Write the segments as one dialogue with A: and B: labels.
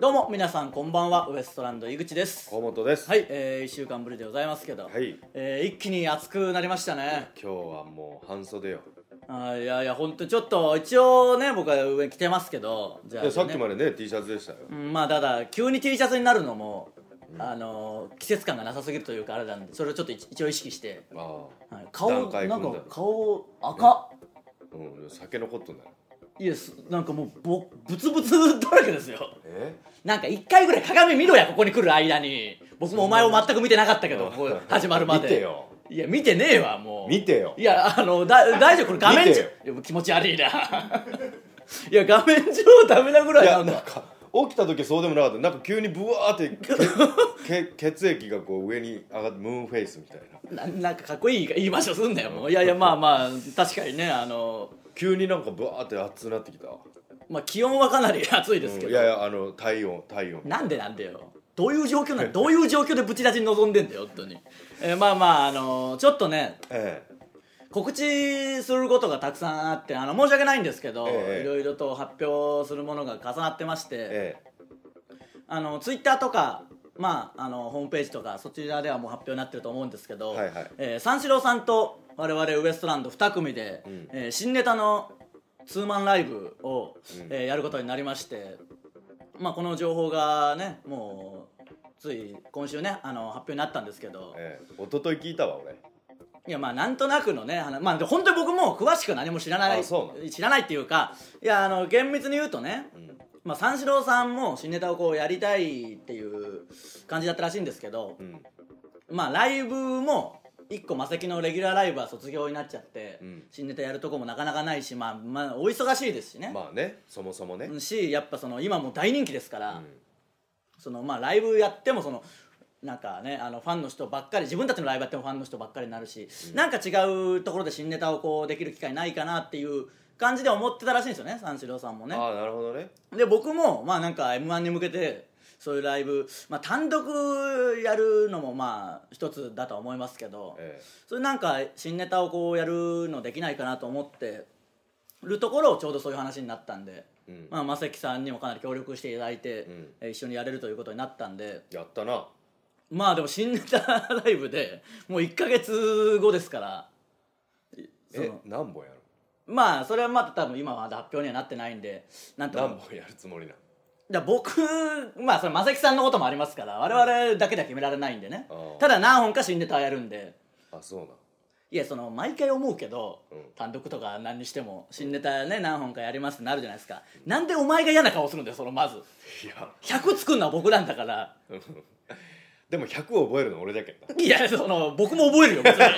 A: どうも皆さんこんばんはウエストランド井口です
B: 河本です、
A: はい、えー、1週間ぶりでございますけど、
B: はい
A: えー一気に暑くなりましたね
B: 今日はもう半袖よ
A: あーいやいや本当ちょっと一応ね僕は上着てますけどじ
B: いやさっき
A: ね
B: までね T シャツでしたよ
A: うんまあただ急に T シャツになるのも、あのー季節感がなさすぎるというかあれなんでそれをちょっと一一応意識して、
B: あ
A: はい顔
B: 段階踏ん
A: な
B: だ
A: んか顔赤
B: あうん酒残っとんだよ
A: いやすなんかもうぼブツブツだらけですよ
B: え
A: なんか一回ぐらい鏡見ろやここに来る間に僕もお前を全く見てなかったけどこう始まるまで
B: 見てよ
A: いや見てねえわもう
B: 見てよ
A: いやあの だ大丈夫これ画面上
B: 見てよ
A: いやもう気持ち悪いな いや画面上ダメなぐら
B: い
A: いな
B: やなんん
A: だ
B: か起きた時そうでもなかったなんか急にブワーって けけ血液がこう上に上がってムーンフェイスみたいな
A: ななんかかっこいい言いましょすんなよもういやいやまあまあ確かにねあの
B: 急になんかブワーって熱くなってきた、う
A: まあ気温はかなり暑いです
B: ん
A: け
B: い
A: ど、
B: やいやあの体温体温
A: なんでなんだよどういう状況な のどういう状況でぶち立ちに臨んでんだよ本当に、えーまあまああのちょっとね
B: え
A: 告知することがたくさんあってあの申し訳ないんですけど、
B: ええ
A: いろいろと発表するものが重なってまして、
B: ええ
A: あのツイッターとか、まあ、あのホームページとかそちらではもう発表になってると思うんですけど、
B: はいはい
A: えー三四郎さんと我々ウエストランド2組で、
B: ん
A: えー新ネタのツーマンライブを、えーやることになりまして、まあ、この情報がねもうつい今週ねあの発表になったんですけど、
B: ええ一昨日聞いたわ俺
A: いやまあなんとなくのね話まあで本当に僕も詳しく何も知らない
B: あそうな
A: 知らないっていうかいやあの厳密に言うとね、
B: ん
A: まあ、三四郎さんも新ネタをこうやりたいっていう感じだったらしいんですけど
B: う、ん
A: まあライブも一個マセキのレギュラーライブは卒業になっちゃって、
B: うん
A: 新ネタやるとこもなかなかないしまあまあお忙しいですしね、
B: まあねそもそもね、うん
A: しやっぱその今もう大人気ですから、そのまあライブやってもそのなんかねあのファンの人ばっかり自分たちのライブやってもファンの人ばっかりになるし、なんか違うところで新ネタをこうできる機会ないかなっていう感じで思ってたらしいんですよね三四郎さんもね
B: ああなるほどね
A: で僕もまあなんか m 1に向けてそういうライブ、まあ、単独やるのもまあ一つだとは思いますけど、
B: え
A: それなんか新ネタをこうやるのできないかなと思ってるところをちょうどそういう話になったんで、
B: うん
A: まあ、マセキさんにもかなり協力していただいて、
B: ん
A: えー一緒にやれるということになったんで
B: えやったな
A: まあでも新ネタライブでもう1か月後ですからそ
B: え
A: の
B: 何本やる
A: まあそれはまだ多分今はまだ発表にはなってないんでなんとも
B: 何本やるつもりなの
A: だから僕まあそれマセキさんのこともありますから我々だけでは決められないんでね
B: あー
A: ただ何本か新ネタはやるんで。
B: あそうなん
A: いやその毎回思うけど、
B: うん
A: 単独とか何にしても新ネタね何本かやりますってなるじゃないですか、なんでお前が嫌な顔するんだよそのまず
B: いや
A: 100作るのは僕なんだから
B: でも100を覚えるの俺だけど
A: いやその僕も覚えるよ別 に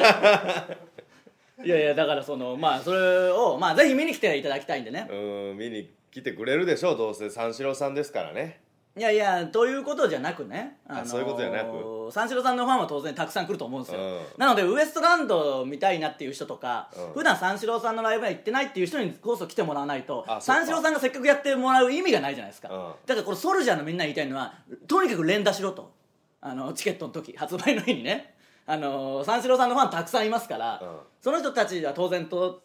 A: いやいやだからそのまあそれをまあぜひ見に来ていただきたいんでね
B: う、ーん見に来てくれるでしょうどうせ三四郎さんですからね
A: いやいやということじゃなくね、
B: あそういうことじゃなく
A: く三四郎さんのファンは当然たくさん来ると思うんですよ、
B: うん
A: なのでウエストランド見たいなっていう人とか、
B: うん
A: 普段三四郎さんのライブは行ってないっていう人にこそ来てもらわないと
B: あそうか
A: 三四郎さんがせっかくやってもらう意味がないじゃないですか、
B: うん
A: だからこれソルジャーのみんなに言いたいのはとにかく連打しろとあのチケットの時発売の日にねあの三四郎さんのファンたくさんいますから、
B: うん
A: その人たちは当然と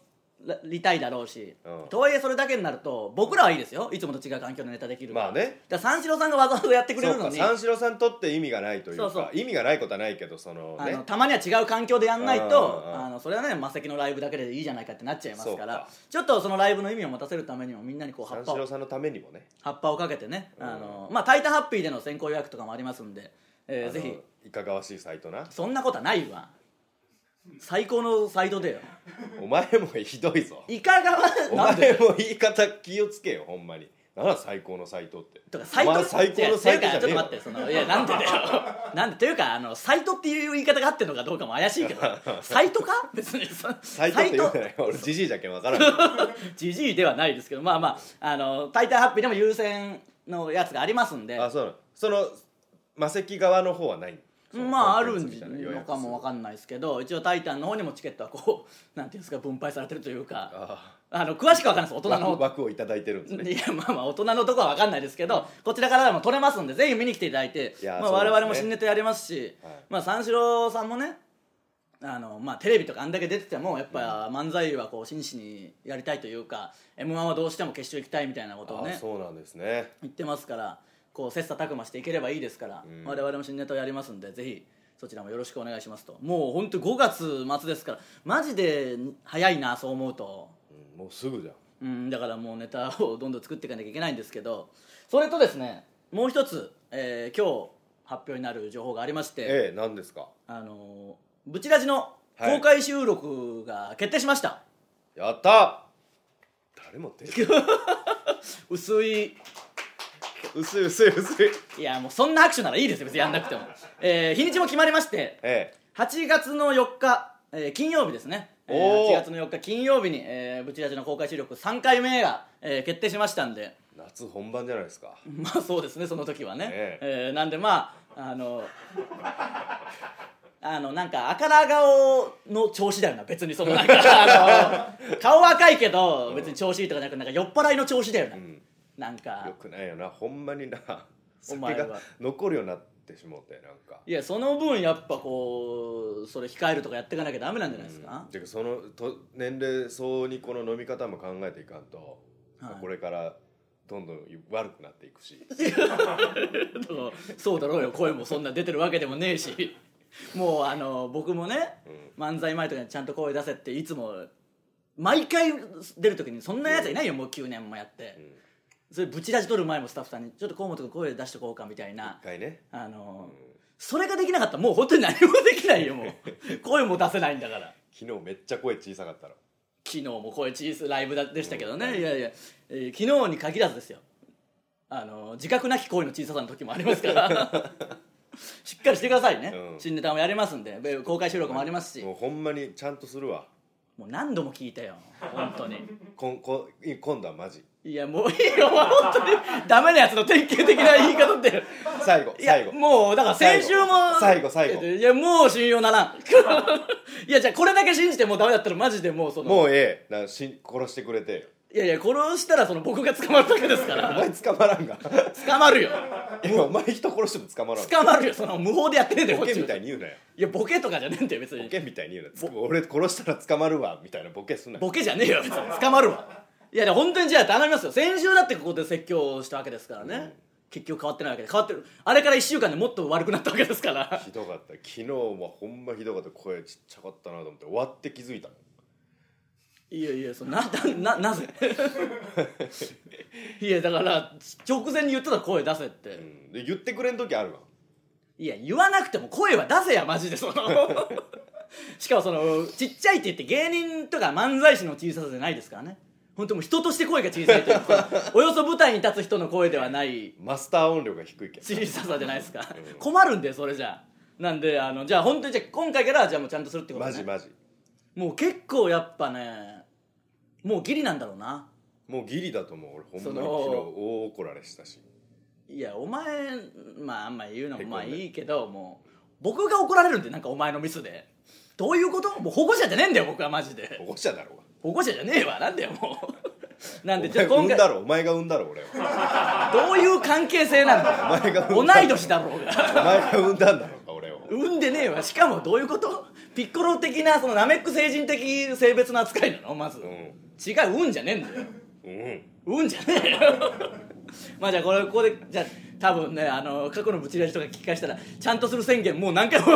A: りたいだろうし、
B: うん
A: とはいえそれだけになると僕らはいいですよいつもと違う環境のネタできるから
B: まあね
A: だから三四郎さんがわざわざやってくれ
B: そ
A: る
B: う
A: の
B: か
A: に
B: 三四郎さんとって意味がないというか
A: そうそう
B: 意味がないことはないけどその
A: あ
B: ね
A: のたまには違う環境でやんないと
B: うんうんうん
A: あのそれはねマセキのライブだけでいいじゃないかってなっちゃいますから
B: そうか
A: ちょっとそのライブの意味を持たせるためにもみんなにこう葉っ
B: 三
A: ぱ
B: 四
A: を
B: 郎さんのためにもね
A: 葉っぱをかけてね、あのまあ、タイタハッピーでの先行予約とかもありますんで、えー
B: あの
A: ぜひ
B: いかがわしいサイトな
A: そんなことはないわ最高のサイトでよ
B: お前もひどいぞ
A: いかがわ
B: お
A: な
B: 前
A: んで
B: も言い方気をつけよほんまになんだ最高のサイトって
A: とかサイト
B: お前最高のサイトじゃ
A: 違うっていうかちょっと待
B: ねえわ
A: ってそのいやなんでだよなんでというかあのサイトっていう言い方があってるのかどうかも怪しいけどサイトか別にそ
B: サイトって言うん
A: サ
B: じゃ
A: イ
B: ない俺じじいじゃけんわからん
A: ジジイではないですけどまあまああの「タイタンハッピー」でも優先のやつがありますんで
B: あそうなのそのマセキ側の方はないその
A: まああ
B: コ
A: るん
B: ンテンツみたいな予
A: の
B: 約
A: かもわかんないですけど一応「タイタン」の方にもチケットはこう なんていうんですか分配されてるというか
B: あ
A: あの詳しくわかんないです大人の
B: 枠
A: 方
B: 枠をいただいてるんですね
A: いやまあまあ大人のとこはわかんないですけどこちらからでも取れますんでぜひ見に来ていただいて
B: いや
A: まあ、
B: そうです
A: 我
B: ね
A: 々も新ネタやりますし、
B: はい
A: まあ、三四郎さんもねあのまあ、テレビとかあんだけ出ててもやっぱ漫才はこう真摯にやりたいというか m 1はどうしても決勝行きたいみたいなことを
B: あ
A: ね
B: そうなんですね
A: 言ってますからこう切磋琢磨していければいいですから、
B: うん
A: 我々も新ネタをやりますんでぜひそちらもよろしくお願いしますともう本当5月末ですからマジで早いなそう思うと
B: うんもうすぐじゃん
A: うん、だからもうネタをどんどん作っていかなきゃいけないんですけどそれとですねもう一つ、えー今日発表になる情報がありまして、
B: ええ何ですか
A: あのーブチラジの公開収録が決定しました、
B: やった誰も出 てこない
A: 薄い
B: 薄い薄い薄い
A: いやもうそんな拍手ならいいですよ別にやんなくても、えー日にちも決まりまして
B: え
A: 8月の4日、えー金曜日ですね、えー
B: お
A: 8
B: ー
A: 月の4日金曜日に、えーブチラジの公開収録3回目が、えー決定しましたんで
B: え夏本番じゃないですか
A: まあそうですねその時はね、
B: え
A: えーなんでまああの あのなんか赤ら顔の調子だよな別にそのなん かあの顔は赤いけど別に調子いいとかじゃなくてなんか酔っ払いの調子だよな、
B: うん
A: なんか
B: よくないよなほんまにな
A: お
B: 酒
A: 前は
B: が残るようになってしもうてなんか
A: いやその分やっぱこうそれ控えるとかやっていかなきゃダメなんじゃないです
B: うん
A: か、
B: てかそのと年齢層にこの飲み方も考えていかんと、
A: はい
B: これからどんどん悪くなっていくし
A: だからそうだろうよ声もそんな出てるわけでもねえしもうあの僕もね、漫才前とかにちゃんと声出せっていつも毎回出る時にそんなやついないよもう9年もやって、それブチラジ取る前もスタッフさんに「ちょっと河本君声出しとこうか」みたいな
B: 一回ね
A: あの、それができなかったらもう本当に何もできないよもう声も出せないんだから
B: 昨日めっちゃ声小さかったの
A: 昨日も声小さいライブだでしたけどね、いやいや、えー昨日に限らずですよあの自覚なき声の小ささの時もありますから しっかりしてくださいね、
B: うん
A: 新ネタもやりますんでで公開収録もありますし、
B: もうほんまにちゃんとするわ
A: もう何度も聞いたよ本当に
B: こんこんい今度はマジ
A: いやもういいよ本 当にダメなやつの典型的な言い方って
B: 最後
A: いや
B: 最後
A: もうだから先週も
B: 最後最後最
A: いやもう信用ならん いやじゃあこれだけ信じてもうダメだったらマジでもうその
B: もうええなし殺してくれて
A: いやいや殺したらその僕が捕まるだけですか
B: お
A: ら
B: 前捕まら んが
A: 捕まるよ
B: いやお前人殺しても捕まらん
A: 捕まるよその無法でやってねえんだよ
B: ボケ
A: こっち
B: みたいに言うなよ
A: いやボケとかじゃねえんだよ別
B: ボ
A: に
B: ケみたいに言うなつ俺殺したら捕まるわみたいなボケすんなよ
A: ボケじゃねえよ別に捕まるわいやでも本当にじゃあ頼みますよ先週だってここで説教したわけですからね、結局変わってないわけで変わってるあれから1週間でもっと悪くなったわけですから
B: ひどかった昨日はほんまひどかった声ちっちゃかったなと思って終わって気づいたの
A: いやいやそのななななぜ いやだから直前に言ってた声出せって、
B: うんで言ってくれん時あるわ
A: いや言わなくても声は出せやマジで そのしかもそのちっちゃいって言って芸人とか漫才師の小ささじゃないですからね本当もう人として声が小さいというかおよそ舞台に立つ人の声ではない
B: マスター音量が低いけど
A: 小ささじゃないですか
B: うん
A: 困るんでそれじゃなんであのじゃあ本当にじゃあ今回からはじゃあもうちゃんとするってこと
B: マ
A: ね
B: ジマジ
A: もう結構やっぱねもうギリなんだろうな
B: もうギリだと思う俺ほんまに
A: その
B: 昨日大怒られしたし
A: いやお前まああんま言うのも
B: へこんで
A: まあいいけどもう僕が怒られるんでなんかお前のミスでどういうこともう保護者じゃねえんだよ僕はマジで
B: 保護者だろうが
A: 保護者じゃねえわなんだよもう なんでじゃあ
B: お
A: 今
B: 前産ん
A: 回
B: だろお前が産んだろ俺は
A: どういう関係性なんだよ
B: お前が
A: 同
B: 産んだ
A: い年だろうが
B: お前が産んだんだろうか俺を
A: 産んでねえわしかもどういうことピッコロ的なそのナメック星人的性別の扱いなのまず、
B: う
A: 違うん運じゃねえんだよ
B: うん
A: 運じゃねえよ まあじゃあこれここでじゃあ多分ねあの過去のブチラジとか聞き返したらちゃんとする宣言もう何回も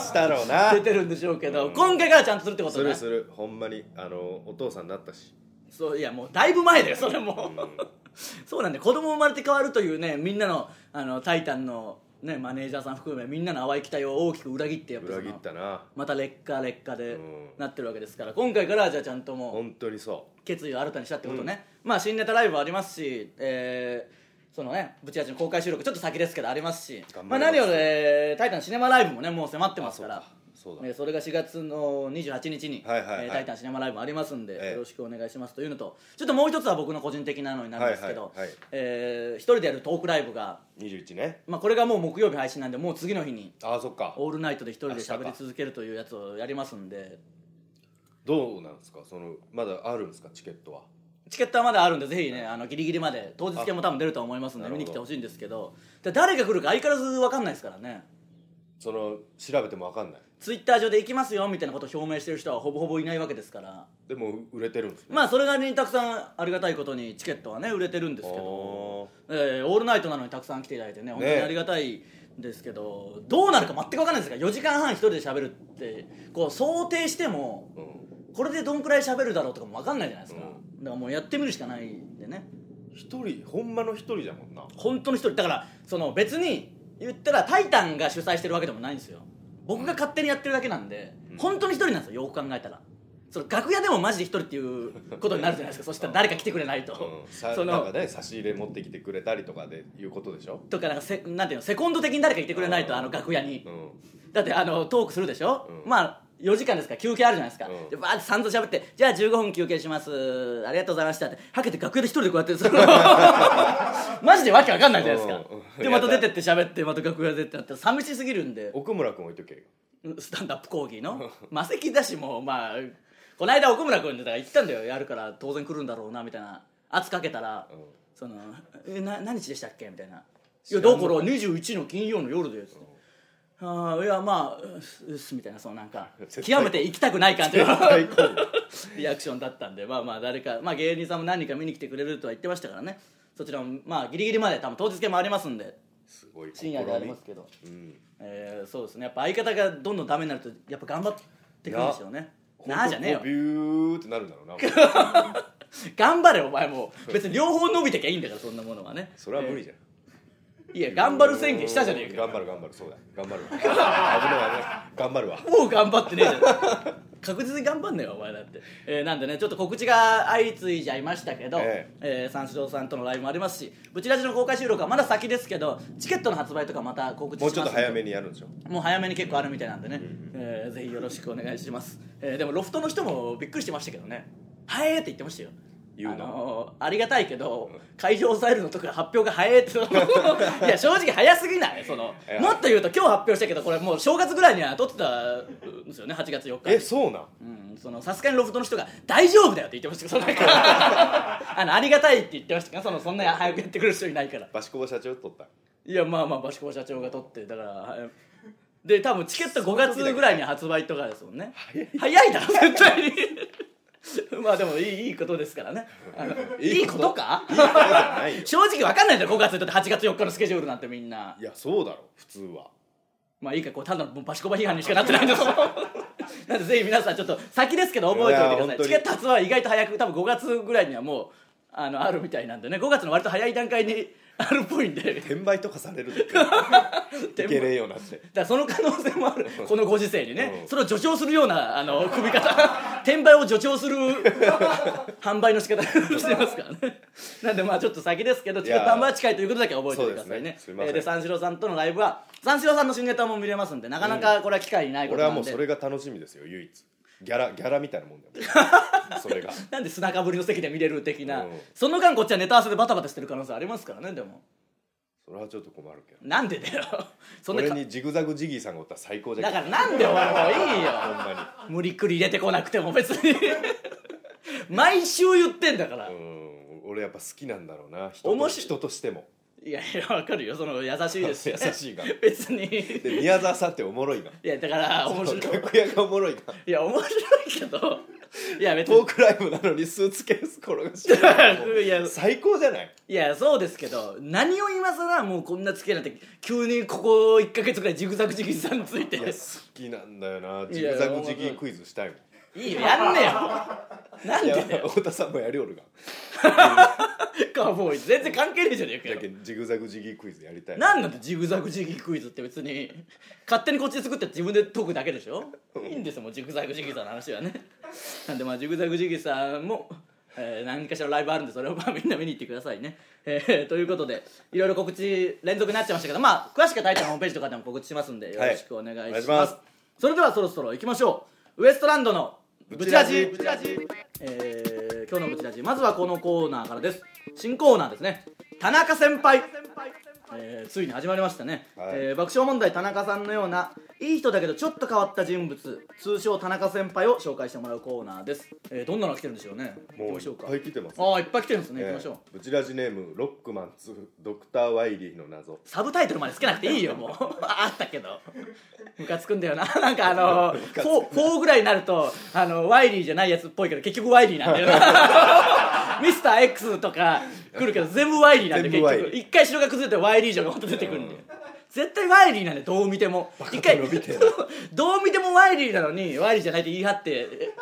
B: したろうな
A: 出てるんでしょうけど、今回からちゃんとするってこと
B: す
A: ね
B: るするほんまにあのお父さんになったし
A: そういやもうだいぶ前だよそれも、
B: うん
A: そうなんで子供生まれて変わるというねみんなの「あのタイタンの」ね、マネージャーさん含めみんなの淡い期待を大きく裏切ってやっぱその
B: 裏切ったな
A: また劣化劣化で
B: うん
A: なってるわけですから今回からはじゃあちゃんとも
B: 本当にそう
A: 決意を新たにしたってことね、まあ新ネタライブありますしえーそのねブチラジの公開収録ちょっと先ですけどありますし
B: 頑
A: ま
B: 張
A: あ
B: ります
A: 何より、えータイタンシネマライブもねもう迫ってますから
B: あそうかそうだ
A: えーそれが4月の28日に、
B: はいはいはい
A: えータイタンシネマライブもありますんで、
B: ええ
A: よろしくお願いしますというのとちょっともう一つは僕の個人的なのになるんですけど、
B: はいはいはい
A: えー一人でやるトークライブが、
B: 21ね
A: まあ、これがもう木曜日配信なんでもう次の日に
B: ああそっか
A: オールナイトで一人で喋り続けるというやつをやりますんで
B: どうなんですかそのまだあるんですかチケットは
A: チケットはまだあるんでぜひねあのギリギリまで当日券も多分出ると思いますんで
B: あ
A: 見に来
B: な
A: て
B: る
A: ほ
B: ほど
A: しいんですけどで誰が来るか相変わらず分かんないですからね
B: その調べても分かんない
A: ツイッター上で行きますよみたいなことを表明してる人はほぼほぼいないわけですから
B: でも売れてるんですね
A: まあそれなりにたくさんありがたいことにチケットはね売れてるんですけど
B: お
A: えーオールナイトなのにたくさん来ていただいてね本当にありがたいですけど、どうなるか全く分かんないですから4時間半一人で喋るってこう想定しても
B: うん
A: これでどんくらい喋るだろうとかも分かんないじゃないですか、だからもうやってみるしかないんでね
B: 一人ほんまの一人じゃもんな
A: 本当の一人だからその別に言ったら「タイタン」が主催してるわけでもないんですよ僕が勝手にやってるだけなんで、
B: うん
A: 本当に一人なんですよよく考えたらその楽屋でもマジで一人っていうことになるじゃないです かそしたら誰か来てくれないと、
B: うん、さ
A: そ
B: なん
A: の
B: かね差し入れ持ってきてくれたりとかでいうことでしょ、
A: とかなんかせなんていうのセコンド的に誰かいてくれないと
B: うん
A: あの楽屋に
B: うん、
A: だってあのトークするでしょ、
B: うん
A: まあ4時間ですから休憩あるじゃないですか、
B: うん
A: でバーって散々喋って「じゃあ15分休憩しますありがとうございました」ってはけて楽屋で一人でこうやってその マジでわけわかんないじゃないですか、
B: うん
A: でまた出てって喋ってまた楽屋出てって寂しすぎるんで
B: 奥村君置いとけよ
A: スタンダップ講義の魔石だしもうまあこの間奥村君でだから言ったんだよやるから当然来るんだろうなみたいな圧かけたら、
B: うん
A: そのえな何日でしたっけみたいな「い
B: 知ら
A: や
B: ん
A: だ
B: の
A: から21の金曜の夜です」ああいやまあうっすうっすみたいなそのなんか
B: 絶対
A: 極めて行きたくない感じの
B: 最高
A: リアクションだったんでまあまあ誰か、まあ、芸人さんも何人か見に来てくれるとは言ってましたからねそちらもまあギリギリまで多分当日券もありますんです
B: ごい試
A: 深夜でありますけど、
B: みうん
A: えーそうですねやっぱ相方がどんどんダメになるとやっぱ頑張ってくるんでしょうねなあじゃねえよ
B: ほんとこうビューってなるんだろう な
A: 頑張れお前もう別に両方伸びてきゃいいんだからそんなものはね
B: それは無理じゃん、
A: いや頑張る宣言したじゃねえかよ
B: 頑張る頑張るそうだ頑張るわ危ない危ない頑張るわ
A: もう頑張ってねえじゃん 確実に頑張んねえよお前だって、えーなんでねちょっと告知が相次いじゃいましたけど、
B: え
A: えー三四郎さんとのライブもありますしブチラジの公開収録はまだ先ですけどチケットの発売とかまた告知しま
B: もう
A: す
B: ちょっと早めにやるんでしょ
A: もう早めに結構あるみたいなんでね、えーぜひよろしくお願いします、えーでもロフトの人もびっくりしてましたけどね「はえー」って言ってましたよ
B: 言うな
A: あのーありがたいけど会場抑えるのとか発表が早いって いや正直早すぎないその
B: いや
A: もっと言うと今日発表したけどこれもう正月ぐらいには撮ってたんですよね8月4日に
B: えそうなん
A: うんそのさすがにロフトの人が「大丈夫だよ」って言ってましたけどそのなん かあのありがたいって言ってましたけどそのそんな早くやってくる人いないから
B: バシコバ社長取った
A: いやまあまあバシコバ社長が取ってだから はいで多分チケット5月ぐらいに発売とかですもんね早いだろ絶対に まあでもいいいいことですからねあのいいことか
B: いいことじゃないよ
A: 正直わかんないんだよ5月にとって8月4日のスケジュールなんてみんない
B: やそうだろ普通は
A: まあいいかこうただのバシコバ批判にしかなってないんです なんでぜひ皆さんちょっと先ですけど覚えておいてくださ
B: いや本当
A: い
B: に
A: チケット発売意外と早く多分5月ぐらいにはもうあのあるみたいなんでね5月の割と早い段階にあるっぽいんで
B: 転売とかされ るでいけねえよなって
A: だからその可能性もあるこのご時世にね、
B: うん
A: それを助長するようなあの 組み方転売を助長する 販売の仕方 をしてますからねなんでまあちょっと先ですけど
B: い
A: チ
B: や
A: ケット販売は近いということだけ覚えておいてください
B: そうで
A: ね
B: すねす
A: で
B: いません
A: で三四郎さんとのライブは三四郎さんの新ネタも見れますんでなかなかこれは機会ないこと
B: 俺
A: な
B: は
A: んで、
B: もうそれが楽しみですよ唯一ギャラギャラみたいなもんだ よそれが
A: なんで砂かぶりの席で見れる的な、
B: うん
A: その間こっちはネタ合わせでバタバタしてる可能性ありますからねでも
B: それはちょっと困るけど
A: なんでだよ そんな
B: 俺
A: か
B: にジグザグジギーさんがおったら最高じ
A: だ
B: ゃん
A: からなんでお前もういいよ
B: ほんま
A: 無理くり入れてこなくても別 に毎週言ってんだから、
B: にうん俺やっぱ好きなんだろうな人
A: 面
B: と
A: 白い
B: 人としても
A: いやいやわかるよその優しいですよ、ね、
B: 優しいが
A: 別に
B: で宮沢さんっておもろいが
A: いやだから面白い
B: 楽屋がおもろいが
A: いや面白いけどいや別に
B: トークライブなのにスーツケース転がして る
A: いや
B: 最高じゃない
A: いやそうですけど何を今更もうこんな付き合いなんて急にここ1か月ぐらいジグザグジグさんついて
B: いや好きなんだよなジグザグジギークイズしたいもん
A: いいよやん ねよなん
B: い
A: で
B: や
A: だよ
B: 太田さんもやりおるが
A: カウボーイ全然関係ねえじゃねえか
B: だ
A: よ
B: けどジグザグジギークイズやりたい
A: なんなんだジグザグジギークイズって別に勝手にこっちで作って自分で解くだけでしょいいんですよもうジグザグジギーさんの話はね なんでまあジグザグジギーさんも、えー何かしらライブあるんでそれをまあみんな見に行ってくださいね、えーということでいろいろ告知連続になっちゃいましたけどまあ詳しくは「タイタン」ホームページとかでも告知しますんでよろしくお願いします,、
B: はいお願いします
A: それではそろそろ行きましょうウエストランドのブチラジ
B: ブチラジ
A: えー今日のブチラジまずはこのコーナーからです新コーナーですね田中先輩えーついに始まりましたね、
B: はい
A: えー爆笑問題田中さんのような、いい人だけどちょっと変わった人物通称田中先輩を紹介してもらうコーナーです、えーどんなのが来てるんでしょうね行き
B: もう
A: まし
B: い
A: ょ
B: っ
A: うか
B: ぱい来てます
A: ああいっぱい来てるんですね、
B: え
A: 行きましょう
B: えブチラジネームロックマン2ドクター・ワイリーの謎
A: サブタイトルまでつけなくていいよもうあったけどムカつくんだよな なんかあの
B: つく
A: フォーフォーぐらいになるとあのワイリーじゃないやつっぽいけど結局ワイリーなんだよなミスター X とか来るけど全部ワイリーなんだ
B: 全
A: よ
B: 部ワイ
A: 結
B: リー
A: 局一回城が崩れてワイリー城がほんと出てくるんだよ絶対ワイリーなんだよどう見ても一回 ど
B: 見て
A: う見てもワイリーなのにワイリーじゃないって言い張って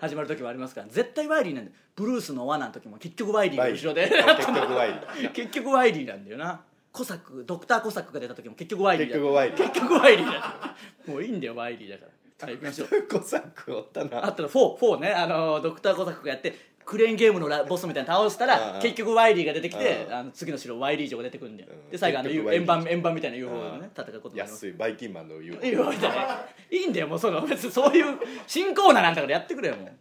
A: 始まる時もありますから絶対ワイリーなんだよブルースの罠の時も結局ワイリーの後ろで
B: 結局ワイ リー
A: 結局ワイリーなんだよなコサックドクターコサックが出た時も結局ワイリーだ
B: 結局ワイリー
A: 結局ワイリーだもういいんだよワイリーだからはい行きましょう
B: コサックおった
A: あ
B: な
A: とフォーフォーねあのードクターコサックがやってクレーンゲームのラボスみたいなの倒した
B: うんう
A: ら
B: ん
A: 結局ワイリーが出てきて
B: うん
A: あの次の城ワイリー城が出てくるんだよ
B: うん
A: で最後あの
B: 結局ワイリ
A: 円
B: ー
A: 盤円盤みたいな UFO が
B: う
A: ね
B: ん
A: 戦うことになります
B: 安いバイキンマンの言う
A: いいよみたいないいんだよもうその別にそういう新コーナーなんだからやってくれよもう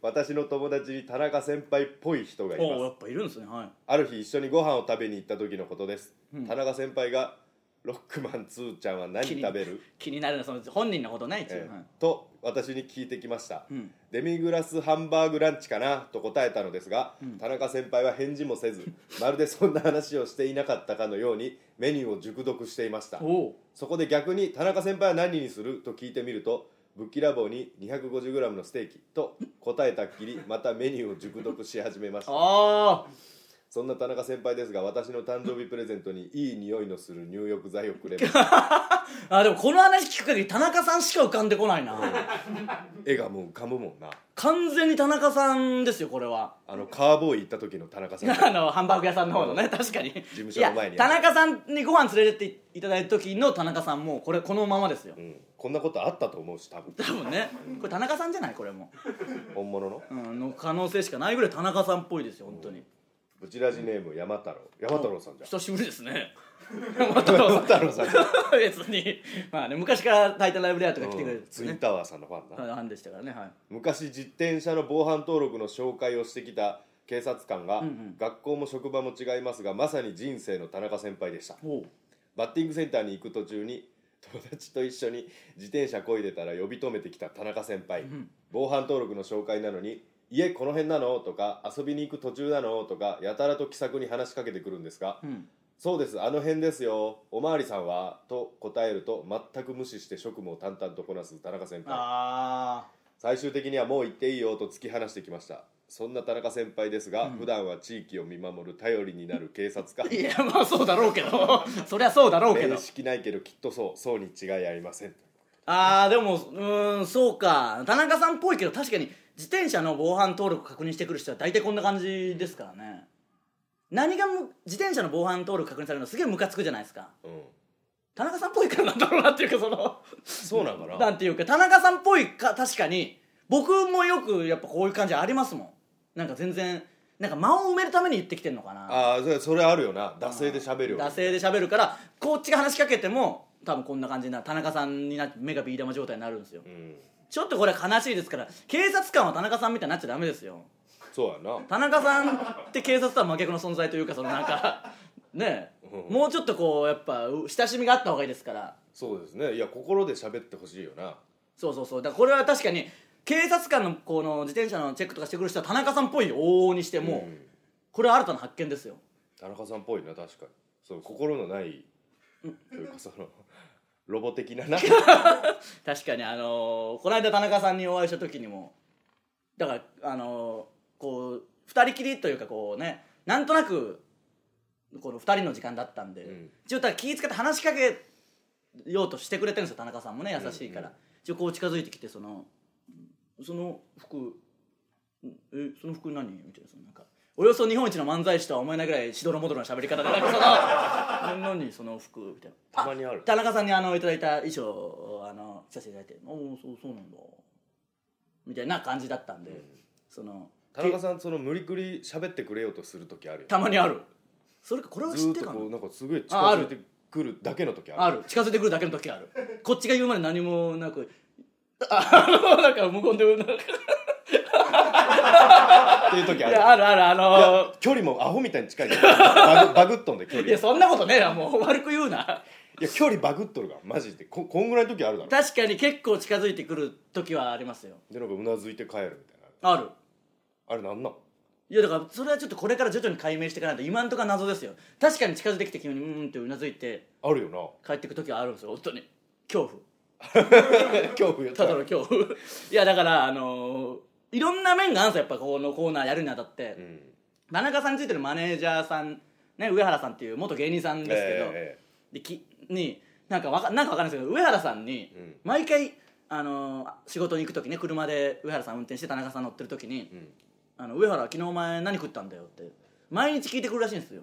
B: 私の友達に田中先輩っぽい人がい
A: お
B: ま
A: や
B: す
A: っぱいるんですねはい
B: ある日一緒にご飯を食べに行った時のことです、田中先輩が「ロックマン2ちゃんは何食べる?
A: 気になるなその本人のことね一応、
B: ええ
A: はい」
B: と私に聞いてきました、
A: ん
B: デミグラスハンバーグランチかなと答えたのですが、田中先輩は返事も せずまるでそんな話をしていなかったかのようにメニューを熟読していました
A: おう
B: そこで逆に「田中先輩は何にする?」と聞いてみるとぶっきらぼうに 250g のステーキと答えたっきりまたメニューを熟読し始めました
A: ああ
B: そんな田中先輩ですが私の誕生日プレゼントにいい匂いのする入浴剤をくれ ました
A: あでもこの話聞く限り田中さんしか浮かんでこないな
B: 絵がもう浮かぶもんな
A: 完全に田中さんですよこれは
B: あのカーボーイ行った時の田中さ ん
A: あのハンバーグ屋さんの方のね 確かに事
B: 務所の前に
A: 田中さんにご飯連れてっていただいた時の田中さんもこれこのままですよ
B: うん、こんなことあったと思うし多分
A: 多分ねこれ田中さんじゃないこれも
B: 本物の
A: うんの可能性しかないぐらい田中さんっぽいですよ本当に
B: ブチラジネーム山太郎山太郎さんじゃん
A: 久しぶりです ねまたどうぞ
B: 太郎さん
A: 別にまあね昔から「タイタンライブレア」とか来てくれ
B: う
A: る
B: ん
A: んです
B: ツイ
A: ね
B: ンタワーさんのファンな
A: はいファンでしたからねはい
B: 昔自転車の防犯登録の紹介をしてきた警察官が、
A: んうん
B: 学校も職場も違いますがまさに人生の田中先輩でした
A: おう
B: バッティングセンターに行く途中に友達と一緒に自転車こいでたら呼び止めてきた田中先輩、防犯登録の紹介なのに「家この辺なの?」とか「遊びに行く途中なの?」とかやたらと気さくに話しかけてくるんですが「
A: ん
B: そうですあの辺ですよおまわりさんは?」と答えると全く無視して職務を淡々とこなす田中先輩
A: ああ
B: 最終的にはもう行っていいよと突き放してきましたそんな田中先輩ですが、普段は地域を見守る頼りになる警察官
A: いやまあそうだろうけど そりゃそうだろうけど
B: 面識ないけどきっとそうそうに違いありません
A: あーでもうーんそうか田中さんっぽいけど確かに自転車の防犯登録確認してくる人は大体こんな感じですからね何がむ自転車の防犯登録確認されるのすげえムカつくじゃないですか
B: うん
A: 田中さんっぽいからなんだろうなっていうかその
B: そうなんかな
A: なんていうか田中さんっぽいか確かに僕もよくやっぱこういう感じありますもんなんか全然なんか間を埋めるために言ってきてんのかな
B: ああそれそれあるよな惰性で喋るよ
A: 惰性で喋るからこっちが話しかけても多分こんな感じになる田中さんになって目がビー玉状態になるんですよ
B: うん
A: ちょっとこれは悲しいですから警察官は田中さんみたいになっちゃダメですよ
B: そうやな
A: 田中さんって警察とは真逆の存在というかそのなん かねえ、
B: うん
A: もうちょっとこうやっぱう親しみがあった方がいいですから
B: そうですねいや心で喋ってほしいよな
A: そうそうそうだからこれは確かに警察官のこの自転車のチェックとかしてくる人は田中さんっぽい往々にしても、
B: ん
A: これは新たな発見ですよ
B: 田中さんっぽいな確かにそう心のないというかそのロボ的なな
A: 確かにあのーこの間田中さんにお会いした時にもだからあのーこう二人きりというかこうねなんとなくこの二人の時間だったんで、
B: ん
A: 一応だから気使って話しかけようとしてくれてるんですよ田中さんもね優しいから、一応こう近づいてきてその「その服えその服何?」みたいなそのなんか。およそ日本一の漫才師とは思えないぐらいしどろもどろな喋り方でなんかその「な 何その服」みたいな
B: たまにある
A: 田中さんにあのいただいた衣装をあの着させていただいて「おおそうそうなんだ」みたいな感じだったんで、その
B: 田中さんその無理くり喋ってくれようとする時あるよ
A: たまにあるそれかこれは
B: ず
A: 知っ
B: ーって
A: る
B: と
A: か
B: こ
A: な
B: うなんかすごい近
A: あある
B: づいてくるだけの時ある
A: ある近づいてくるだけの時あるこっちが言うまで何もなくあ あのなんか無言でうなる
B: っていう時あ
A: い
B: る
A: やあるあるあ
B: い
A: の
B: や距離もアホみたいに近いバグバグっとんで距
A: いや
B: 離
A: そんなことねえなもう悪く言うな
B: いや距離バグっとるからマジでここんぐらいの時あるだろ
A: 確かに結構近づいてくる時はありますよ
B: でなんかうなずいて帰るみたいな
A: ある
B: あれなんなん
A: いやだからそれはちょっとこれから徐々に解明していかないと今んとこは謎ですよ確かに近づいてきて急にうーんってうなずいて
B: あるよ な
A: 帰ってく時はあるんですよ本当に恐怖
B: 恐怖よ
A: ただの恐 怖いやだからあのーいろんな面があるんですよやっぱこのコーナーやるにあたって、
B: うん
A: 田中さんについてるマネージャーさん、ね、上原さんっていう元芸人さんですけど、
B: え
A: できになんかわかなんかわかんないですけど上原さんに
B: うん
A: 毎回、あのー仕事に行く時ね車で上原さん運転して田中さん乗ってる時に「
B: ええ
A: あの上原昨日お前何食ったんだよ」って毎日聞いてくるらしいんですよ、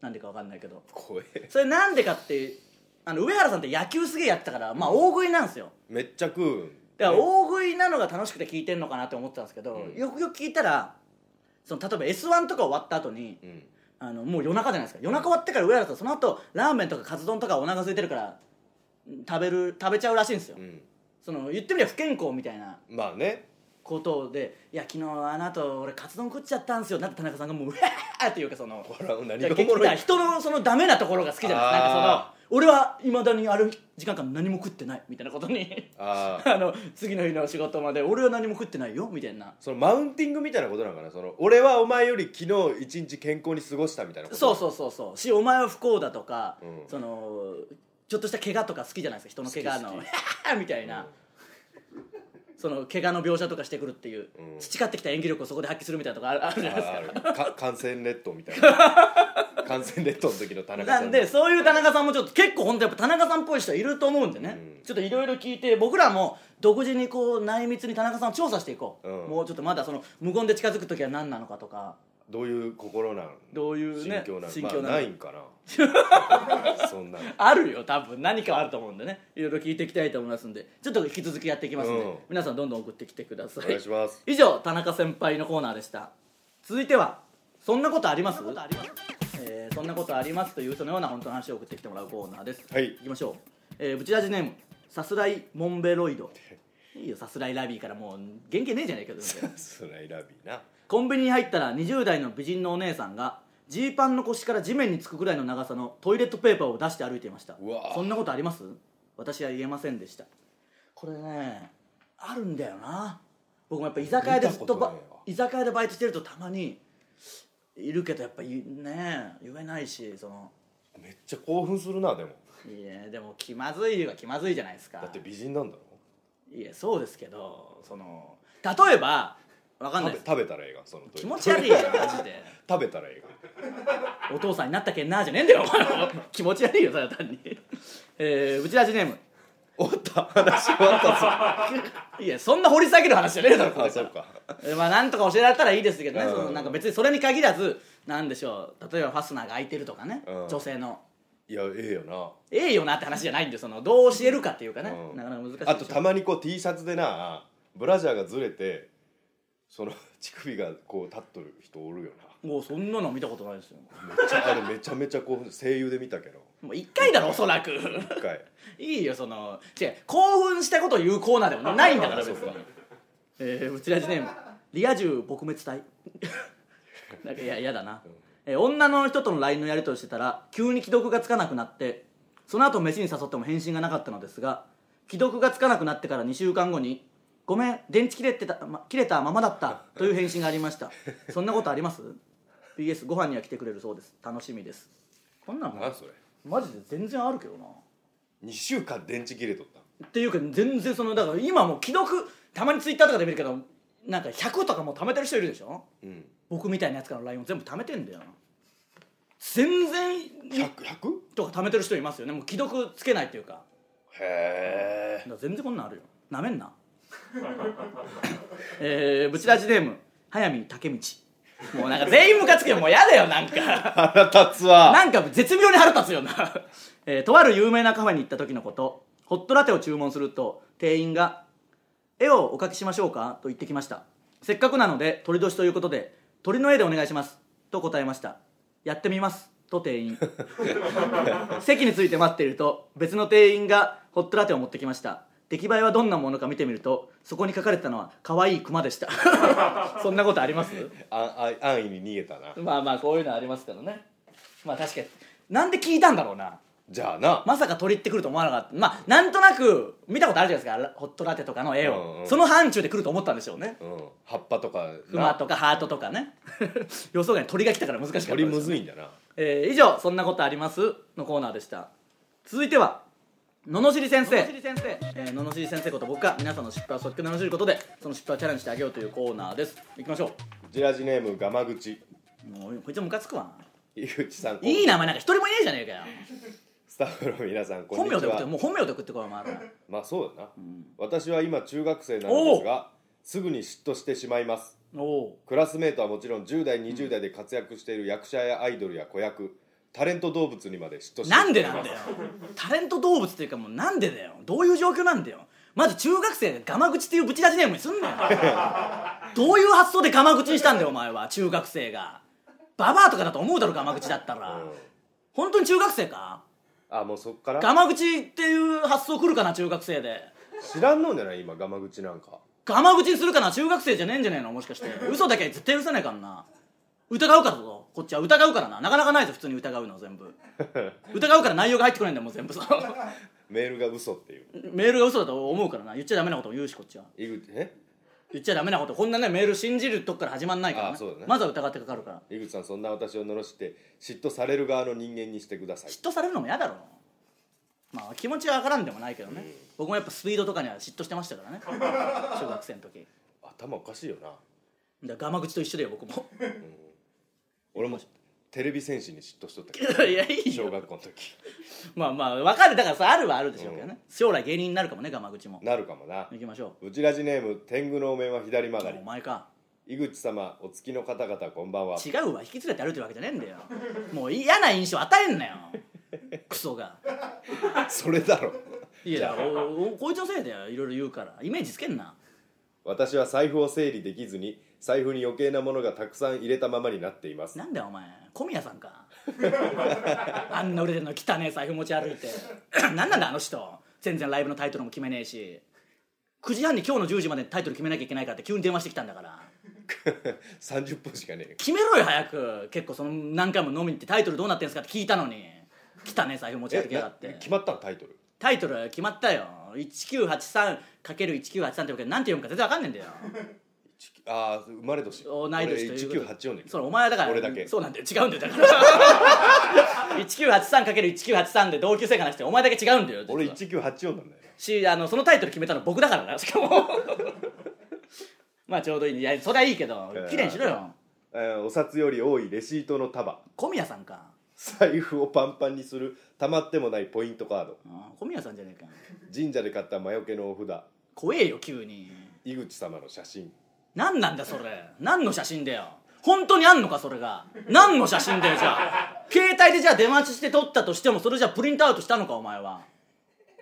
A: なんでかわかんないけど
B: 怖え
A: それなんでかってあの上原さんって野球すげえやってたからまあ大食いなんですよ、
B: めっちゃ食うん
A: だから大食いなのが楽しくて聞いてんのかなって思ってたんですけど、
B: うん
A: よくよく聞いたらその例えば s 1とか終わった後に、
B: うん
A: あのもう夜中じゃないですか夜中終わってから上原さんその後ラーメンとかカツ丼とかお腹空いてるからうん食べる食べちゃうらしいんですよ、
B: うん
A: その言ってみれば不健康みたいな
B: まあね
A: ことで「いや昨日あの後俺カツ丼食っちゃったんですよ」だって田中さんがもう「うわー!」っていうかその
B: 笑う何
A: だ
B: が
A: か
B: おもろ
A: ら
B: い
A: 人のそのダメなところが好きじゃないですかなんか
B: あ
A: その俺はいまだにある時間間何も食ってないみたいなことに
B: ああ
A: あの次の日の仕事まで俺は何も食ってないよみたいな
B: そのマウンティングみたいなことなのかなその俺はお前より昨日一日健康に過ごしたみたいなこと
A: そうそうそうそうしお前は不幸だとか、
B: うん
A: そのちょっとした怪我とか好きじゃないですか人の怪我の
B: 好き
A: みたいな、その怪我の描写とかしてくるっていう、
B: うん
A: 培ってきた演技力をそこで発揮するみたいなとこあるあるじゃないですか
B: あーか 感染列島みたいな感染列島の時の田中さ
A: なんんでそういう田中さんもちょっと結構本当やっぱ田中さんっぽい人いると思うんでね、
B: うん
A: ちょっといろいろ聞いて僕らも独自にこう内密に田中さんを調査していこう、
B: うん
A: もうちょっとまだその無言で近づく時は何なのかとか
B: どういう心なん
A: どういうね
B: 心境なん
A: 心境なの
B: まあ、ないんか なそんなの
A: あるよ多分何かはあると思うんでねいろいろ聞いていきたいと思いますんでちょっと引き続きやっていきますんで、
B: うん
A: 皆さんどんどん送ってきてください
B: お願いします
A: 以上田中先輩のコーナーでした続いてはそんなことありますそんなことあります、えーそんなことありますというそのような本当の話を送ってきてもらうコーナーです
B: はい
A: 行きましょう、えー、ブチラジネームさすらいモンベロイドいいよさすらいラビーからもう原型ねえじゃねえかど
B: スライラビーな
A: コンビニに入ったら20代の美人のお姉さんがジーパンの腰から地面につくぐらいの長さのトイレットペーパーを出して歩いていました
B: うわ
A: そんなことあります私は言えませんでしたこれねあるんだよな僕もやっぱ居酒屋でずっとば
B: 見たことない
A: 居酒屋でバイトしてるとたまにいるけどやっぱいね言えないしその
B: めっちゃ興奮するなでも
A: いやでも気まずいは気まずいじゃないですか
B: だって美人なんだろ
A: いやそうですけどその例えばわかんない
B: 食べ
A: です
B: 食べたらええがそのトイレ
A: 気持ち悪いよマジで
B: 食べたらええが
A: お父さんになったけんなじゃねえんだよお前も気持ち悪いよただ単にえー、ブチラジネーム
B: おった話終わったぞ
A: いやそんな掘り下げる話じゃねえだろこれ
B: あそうか
A: えーまあなんとか教えられたらいいですけどね、
B: うん
A: そのなんか別にそれに限らずなんでしょう例えばファスナーが開いてるとかね、
B: うん
A: 女性の
B: いやええよな
A: ええよなって話じゃないんでそのどう教えるかっていうかね、
B: うん
A: なかなか難しいでしょ
B: あとたまにこう T シャツでなブラジャーがずれてその乳首がこう立っとる人おるよ
A: もうそんなの見たことないですよ
B: なめっちゃあれめちゃめちゃ興奮声優で見たけど
A: もう一回だろおそらく
B: 一回
A: いいよその違う興奮したことを言うコーナーでもないんだから別に
B: あそうか
A: えー、うちらじネームリア充撲滅隊 なんかいや嫌だな、えー女の人との LINE のやり取りしてたら急に既読がつかなくなってその後飯に誘っても返信がなかったのですが既読がつかなくなってから2週間後に「ごめん電池切れてた、ま、切れたままだった」という返信がありましたそんなことあります ?PS ご飯には来てくれるそうです楽しみですこんなの
B: 何それ
A: マジで全然あるけどな
B: 2週間電池切れとった
A: っていうか全然そのだから今もう既読たまにツイッターとかで見るけどなんか100とかもう貯めてる人いるでしょ
B: うん
A: 僕みたいなやつからの LINE を全部貯めてんだよ全然
B: 100?100?
A: とか貯めてる人いますよねもう既読つけないっていうか
B: へ
A: だ
B: え
A: から全然こんなんあるよなめんな えー、ブチラジネーム早見武道もうなんか全員ムカつくよもうやだよなんか
B: 腹立つわ
A: なんか絶妙に腹立つよな、 えーとある有名なカフェに行った時のことホットラテを注文すると店員が「絵をお描きしましょうか?」と言ってきましたせっかくなので鳥年ということで「鳥の絵でお願いします」と答えました「やってみます」と店員 席について待っていると別の店員がホットラテを持ってきました出来栄えはどんなものか見てみるとそこに書かれてたのは可愛いクマでした そんなことあります
B: ああ 安易に逃げたな
A: まあまあこういうのありますけどねまあ確かになんで聞いたんだろうな
B: じゃあな、
A: まさか鳥ってくると思わなかったまあなんとなく見たことあるじゃないですかラホットラテとかの絵を、
B: うんうん
A: その範疇で来ると思ったんでしょうね
B: うん、葉っぱとか
A: クマ
B: な
A: とかハートとか ね予想外に鳥が来たから難しかったです
B: 鳥むずいんだな
A: えー以上「そんなことあります?」のコーナーでした続いては罵り先生罵り先生、えー、罵り先生こと僕が皆さんの失敗を率直に罵ることでその失敗をチャレンジしてあげようというコーナーですいきましょ
B: ジラジネームガマグチ
A: うもうこいつムカつくわ
B: 井口さん
A: いい名前なんか一人もいねえじゃねえかよ
B: スタッフの皆さんこん
A: 本
B: に
A: 名
B: ち
A: で送って
B: は
A: もう本名で送ってこいお前 ら
B: まあそうだな、
A: ん
B: 私は今中学生なのですがすぐに嫉妬してしまいます
A: おお
B: クラスメートはもちろん10代20代で活躍している役者やアイドルや子役タレント動物にまで嫉妬してしま
A: ない
B: ます
A: んでなんだよタレント動物っていうかもうなんでだよどういう状況なんだよまず中学生でガマ口っていうブチ出しネームにすんな よどういう発想でガマ口にしたんだよお前は中学生がババアとかだと思うだろガマ口だったら、
B: うん
A: 本当に中学生か
B: あもうそっから
A: ガマ口っていう発想来るかな中学生で
B: 知らんのんじゃない今ガマ口なんか
A: ガマ口にするかな中学生じゃねえんじゃねえのもしか して嘘だけは絶対許さないからな疑うからぞこっちは疑うからななかなかないぞ普通に疑うの 全部疑うから内容が入ってこないんだよもう全部そう
B: メールが嘘っていう
A: メールが嘘だと思うからな言っちゃダメなことを言うしこっちは
B: 井口え
A: 言っちゃダメなことこんなねメール信じるとこから始まんないから、
B: あそうだね
A: まずは疑ってかかるから
B: 井口さんそんな私を罵して嫉妬される側の人間にしてください
A: 嫉妬されるのも嫌だろまあ気持ちは分からんでもないけどね、僕もやっぱスピードとかには嫉妬してましたから ね中学生の時
B: 頭おかしいよな
A: だからガマ口と一緒だよ僕も
B: 俺もテレビ戦士に嫉妬しとったけど
A: いやいい
B: 小
A: よ
B: 学校の時
A: まあまあ分かるだからさあるはあるでしょうけどね、将来芸人になるかもねガマ口も
B: なるかもな
A: 行きましょ
B: うちらじネーム天狗のお面は左曲
A: う
B: が
A: お前か
B: り井口様お月の方々こんばんは
A: 違うわ引き連れて歩いてるわけじゃねえんだよもう嫌な印象与えんなよ クソが
B: それだろ
A: いやおおこいつのせいだよいろいろ言うからイメージつけんな
B: 私は財布を整理できずに財布に余計なものがたくさん入れたままになっています
A: なんだよお前小宮さん かあんな売れてんの汚ねえ財布持ち歩いて なんなんだあの人全然ライブのタイトルも決めねえし9時半に今日の10時までにタイトル決めなきゃいけないからって急に電話してきたんだから
B: 30分しかねえ
A: 決めろよ早く結構その何回も飲みに行ってタイトルどうなってんすかって聞いたのに汚ねえ財布持ち歩きやがっ
B: えな
A: て
B: 決まったのタイトル
A: タイトル決まったよ 1983×1983 ってわけでなんて読むか全然わかんねえんだよ
B: ああ生まれ年
A: 同い年という
B: 俺
A: こと
B: 1984年
A: そうお前はだから
B: 俺だけ
A: そうなんだよ違うんだよだ から1983かける1983で同級生からしてお前だけ違うんだよ実は
B: 俺1984なんだよ
A: しあのそのタイトル決めたの僕だから なしかもまあちょうどいいいやそりゃいいけど
B: えー
A: 綺麗にしろよ
B: えーお札より多いレシートの束
A: 小宮さんか、
B: 財布をパンパンにするたまってもないポイントカード
A: うん小宮さんじゃねえか
B: 神社で買った魔除けのお札
A: 怖えよ急に
B: 井口様の写真
A: 何なんだそれ何の写真だよ本当にあんのかそれが何の写真だよじゃあ携帯でじゃあ出待ちして撮ったとしてもそれじゃあプリントアウトしたのかお前は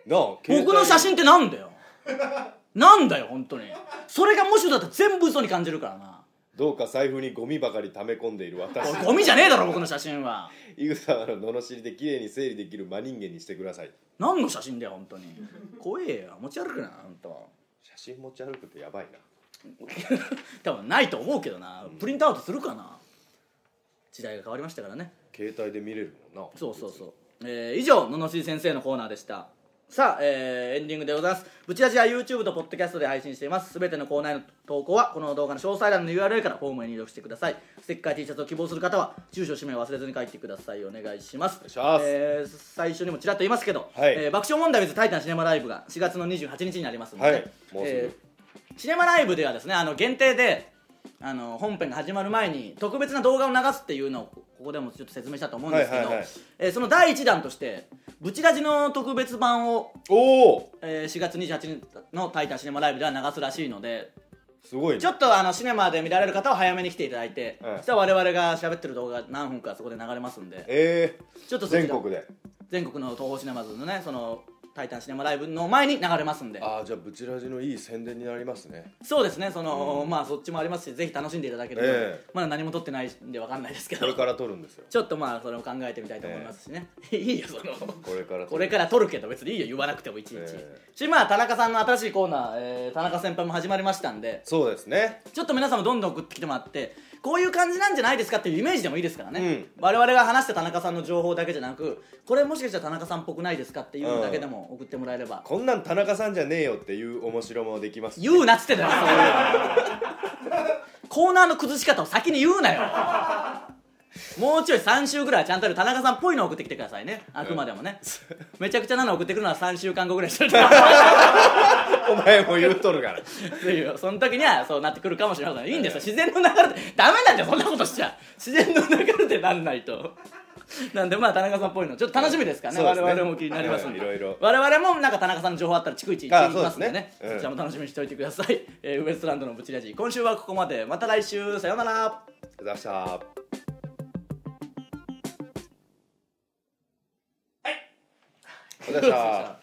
B: なあ
A: 僕の写真
B: 携
A: ってなんだよなんだよ本当にそれがもしだったら全部嘘に感じるからな
B: 帯どうか財布にゴミばかり溜め込んでいる私
A: おいゴミじゃねえだろ僕の写真は
B: 井口様の罵りで綺麗に整理できる真人間にしてください
A: 何の写真だよ本当に怖えよ持ち歩くな本当
B: 写真持ち歩くってやばいな
A: 多分ないと思うけどなプリントアウトするかな時代が変わりましたからね
B: 携帯で見れるもんな
A: そうそうそう、えー以上ののしり先生のコーナーでしたさあ、えーエンディングでございますブチラジは YouTube と Podcast で配信していますすべてのコーナーへの投稿はこの動画の詳細欄の URL からフォームへ入力してくださいステッカー T シャツを希望する方は住所氏名を忘れずに書いてくださいお願いします
B: 願いします
A: えー最初にもちらっと言いますけど、
B: はい
A: えー爆笑問題 with タイタンシネマライブが4月の28日になりますので、
B: はいもうすぐ
A: えーシネマライブではですねあの限定であの本編が始まる前に特別な動画を流すっていうのをここでもちょっと説明したと思うんですけど、
B: はいはいはい
A: えーその第1弾として「ブチラジ」の特別版を、
B: おお
A: えー4月28日の「タイタンシネマライブ」では流すらしいのです
B: ごいね
A: ちょっとあのシネマで見られる方は早めに来ていただいて、
B: はい
A: そしたら我々が喋ってる動画が何分かそこで流れますんで
B: え
A: ちょっと
B: ー、
A: そち
B: 全
A: ら
B: 国で
A: 全国の東宝シネマズのねその「タイタンシネマライブ」の前に流れますんで
B: ああじゃあブチラジのいい宣伝になりますね
A: そうですねその、まあそっちもありますしぜひ楽しんでいただけるように、
B: ええ
A: まだ何も撮ってないんでわかんないですけ
B: こ
A: ど
B: れから撮るんですよ
A: ちょっとまあそれを考えてみたいと思いますしね、いいよその
B: これから撮る
A: これから撮るけど別にいいよ言わなくてもいちいち、
B: え
A: しまあ田中さんの新しいコーナー、えー田中先輩も始まりましたんで
B: そうですね
A: ちょっと皆さんもどんどん送ってきてもらってこういう感じなんじゃないですかっていうイメージでもいいですからね、
B: う
A: 我々が話した田中さんの情報だけじゃなくこれもしかしたら田中さんっぽくないですかっていうのだけでも送ってもらえれば、
B: こんなん田中さんじゃねえよっていう面白もできます
A: 言うなっつってんだよそういうのコーナーの崩し方を先に言うなよもうちょい3週ぐらいはちゃんとやる田中さんっぽいのを送ってきてくださいねあくまでもね、めちゃくちゃなの送ってくるのは3週間後ぐらいにしといて
B: お前も言うとるから
A: っていうその時にはそうなってくるかもしれませんいいんですよ自然の流れでダメなんだよそんなことしちゃ自然の流れでなんないとなんでまあ田中さんっぽいのちょっと楽しみですからね
B: そうですね
A: 我々も気になりますんで、
B: はいはいいろいろ
A: 我々もなんか田中さんの情報あったら逐一言っていきますんでね
B: あ
A: そ
B: そうですねうん
A: ちらも楽しみにしておいてください、えーウエストランドのブチラジ今週はここまでまた来週さようなら
B: 出したはい出した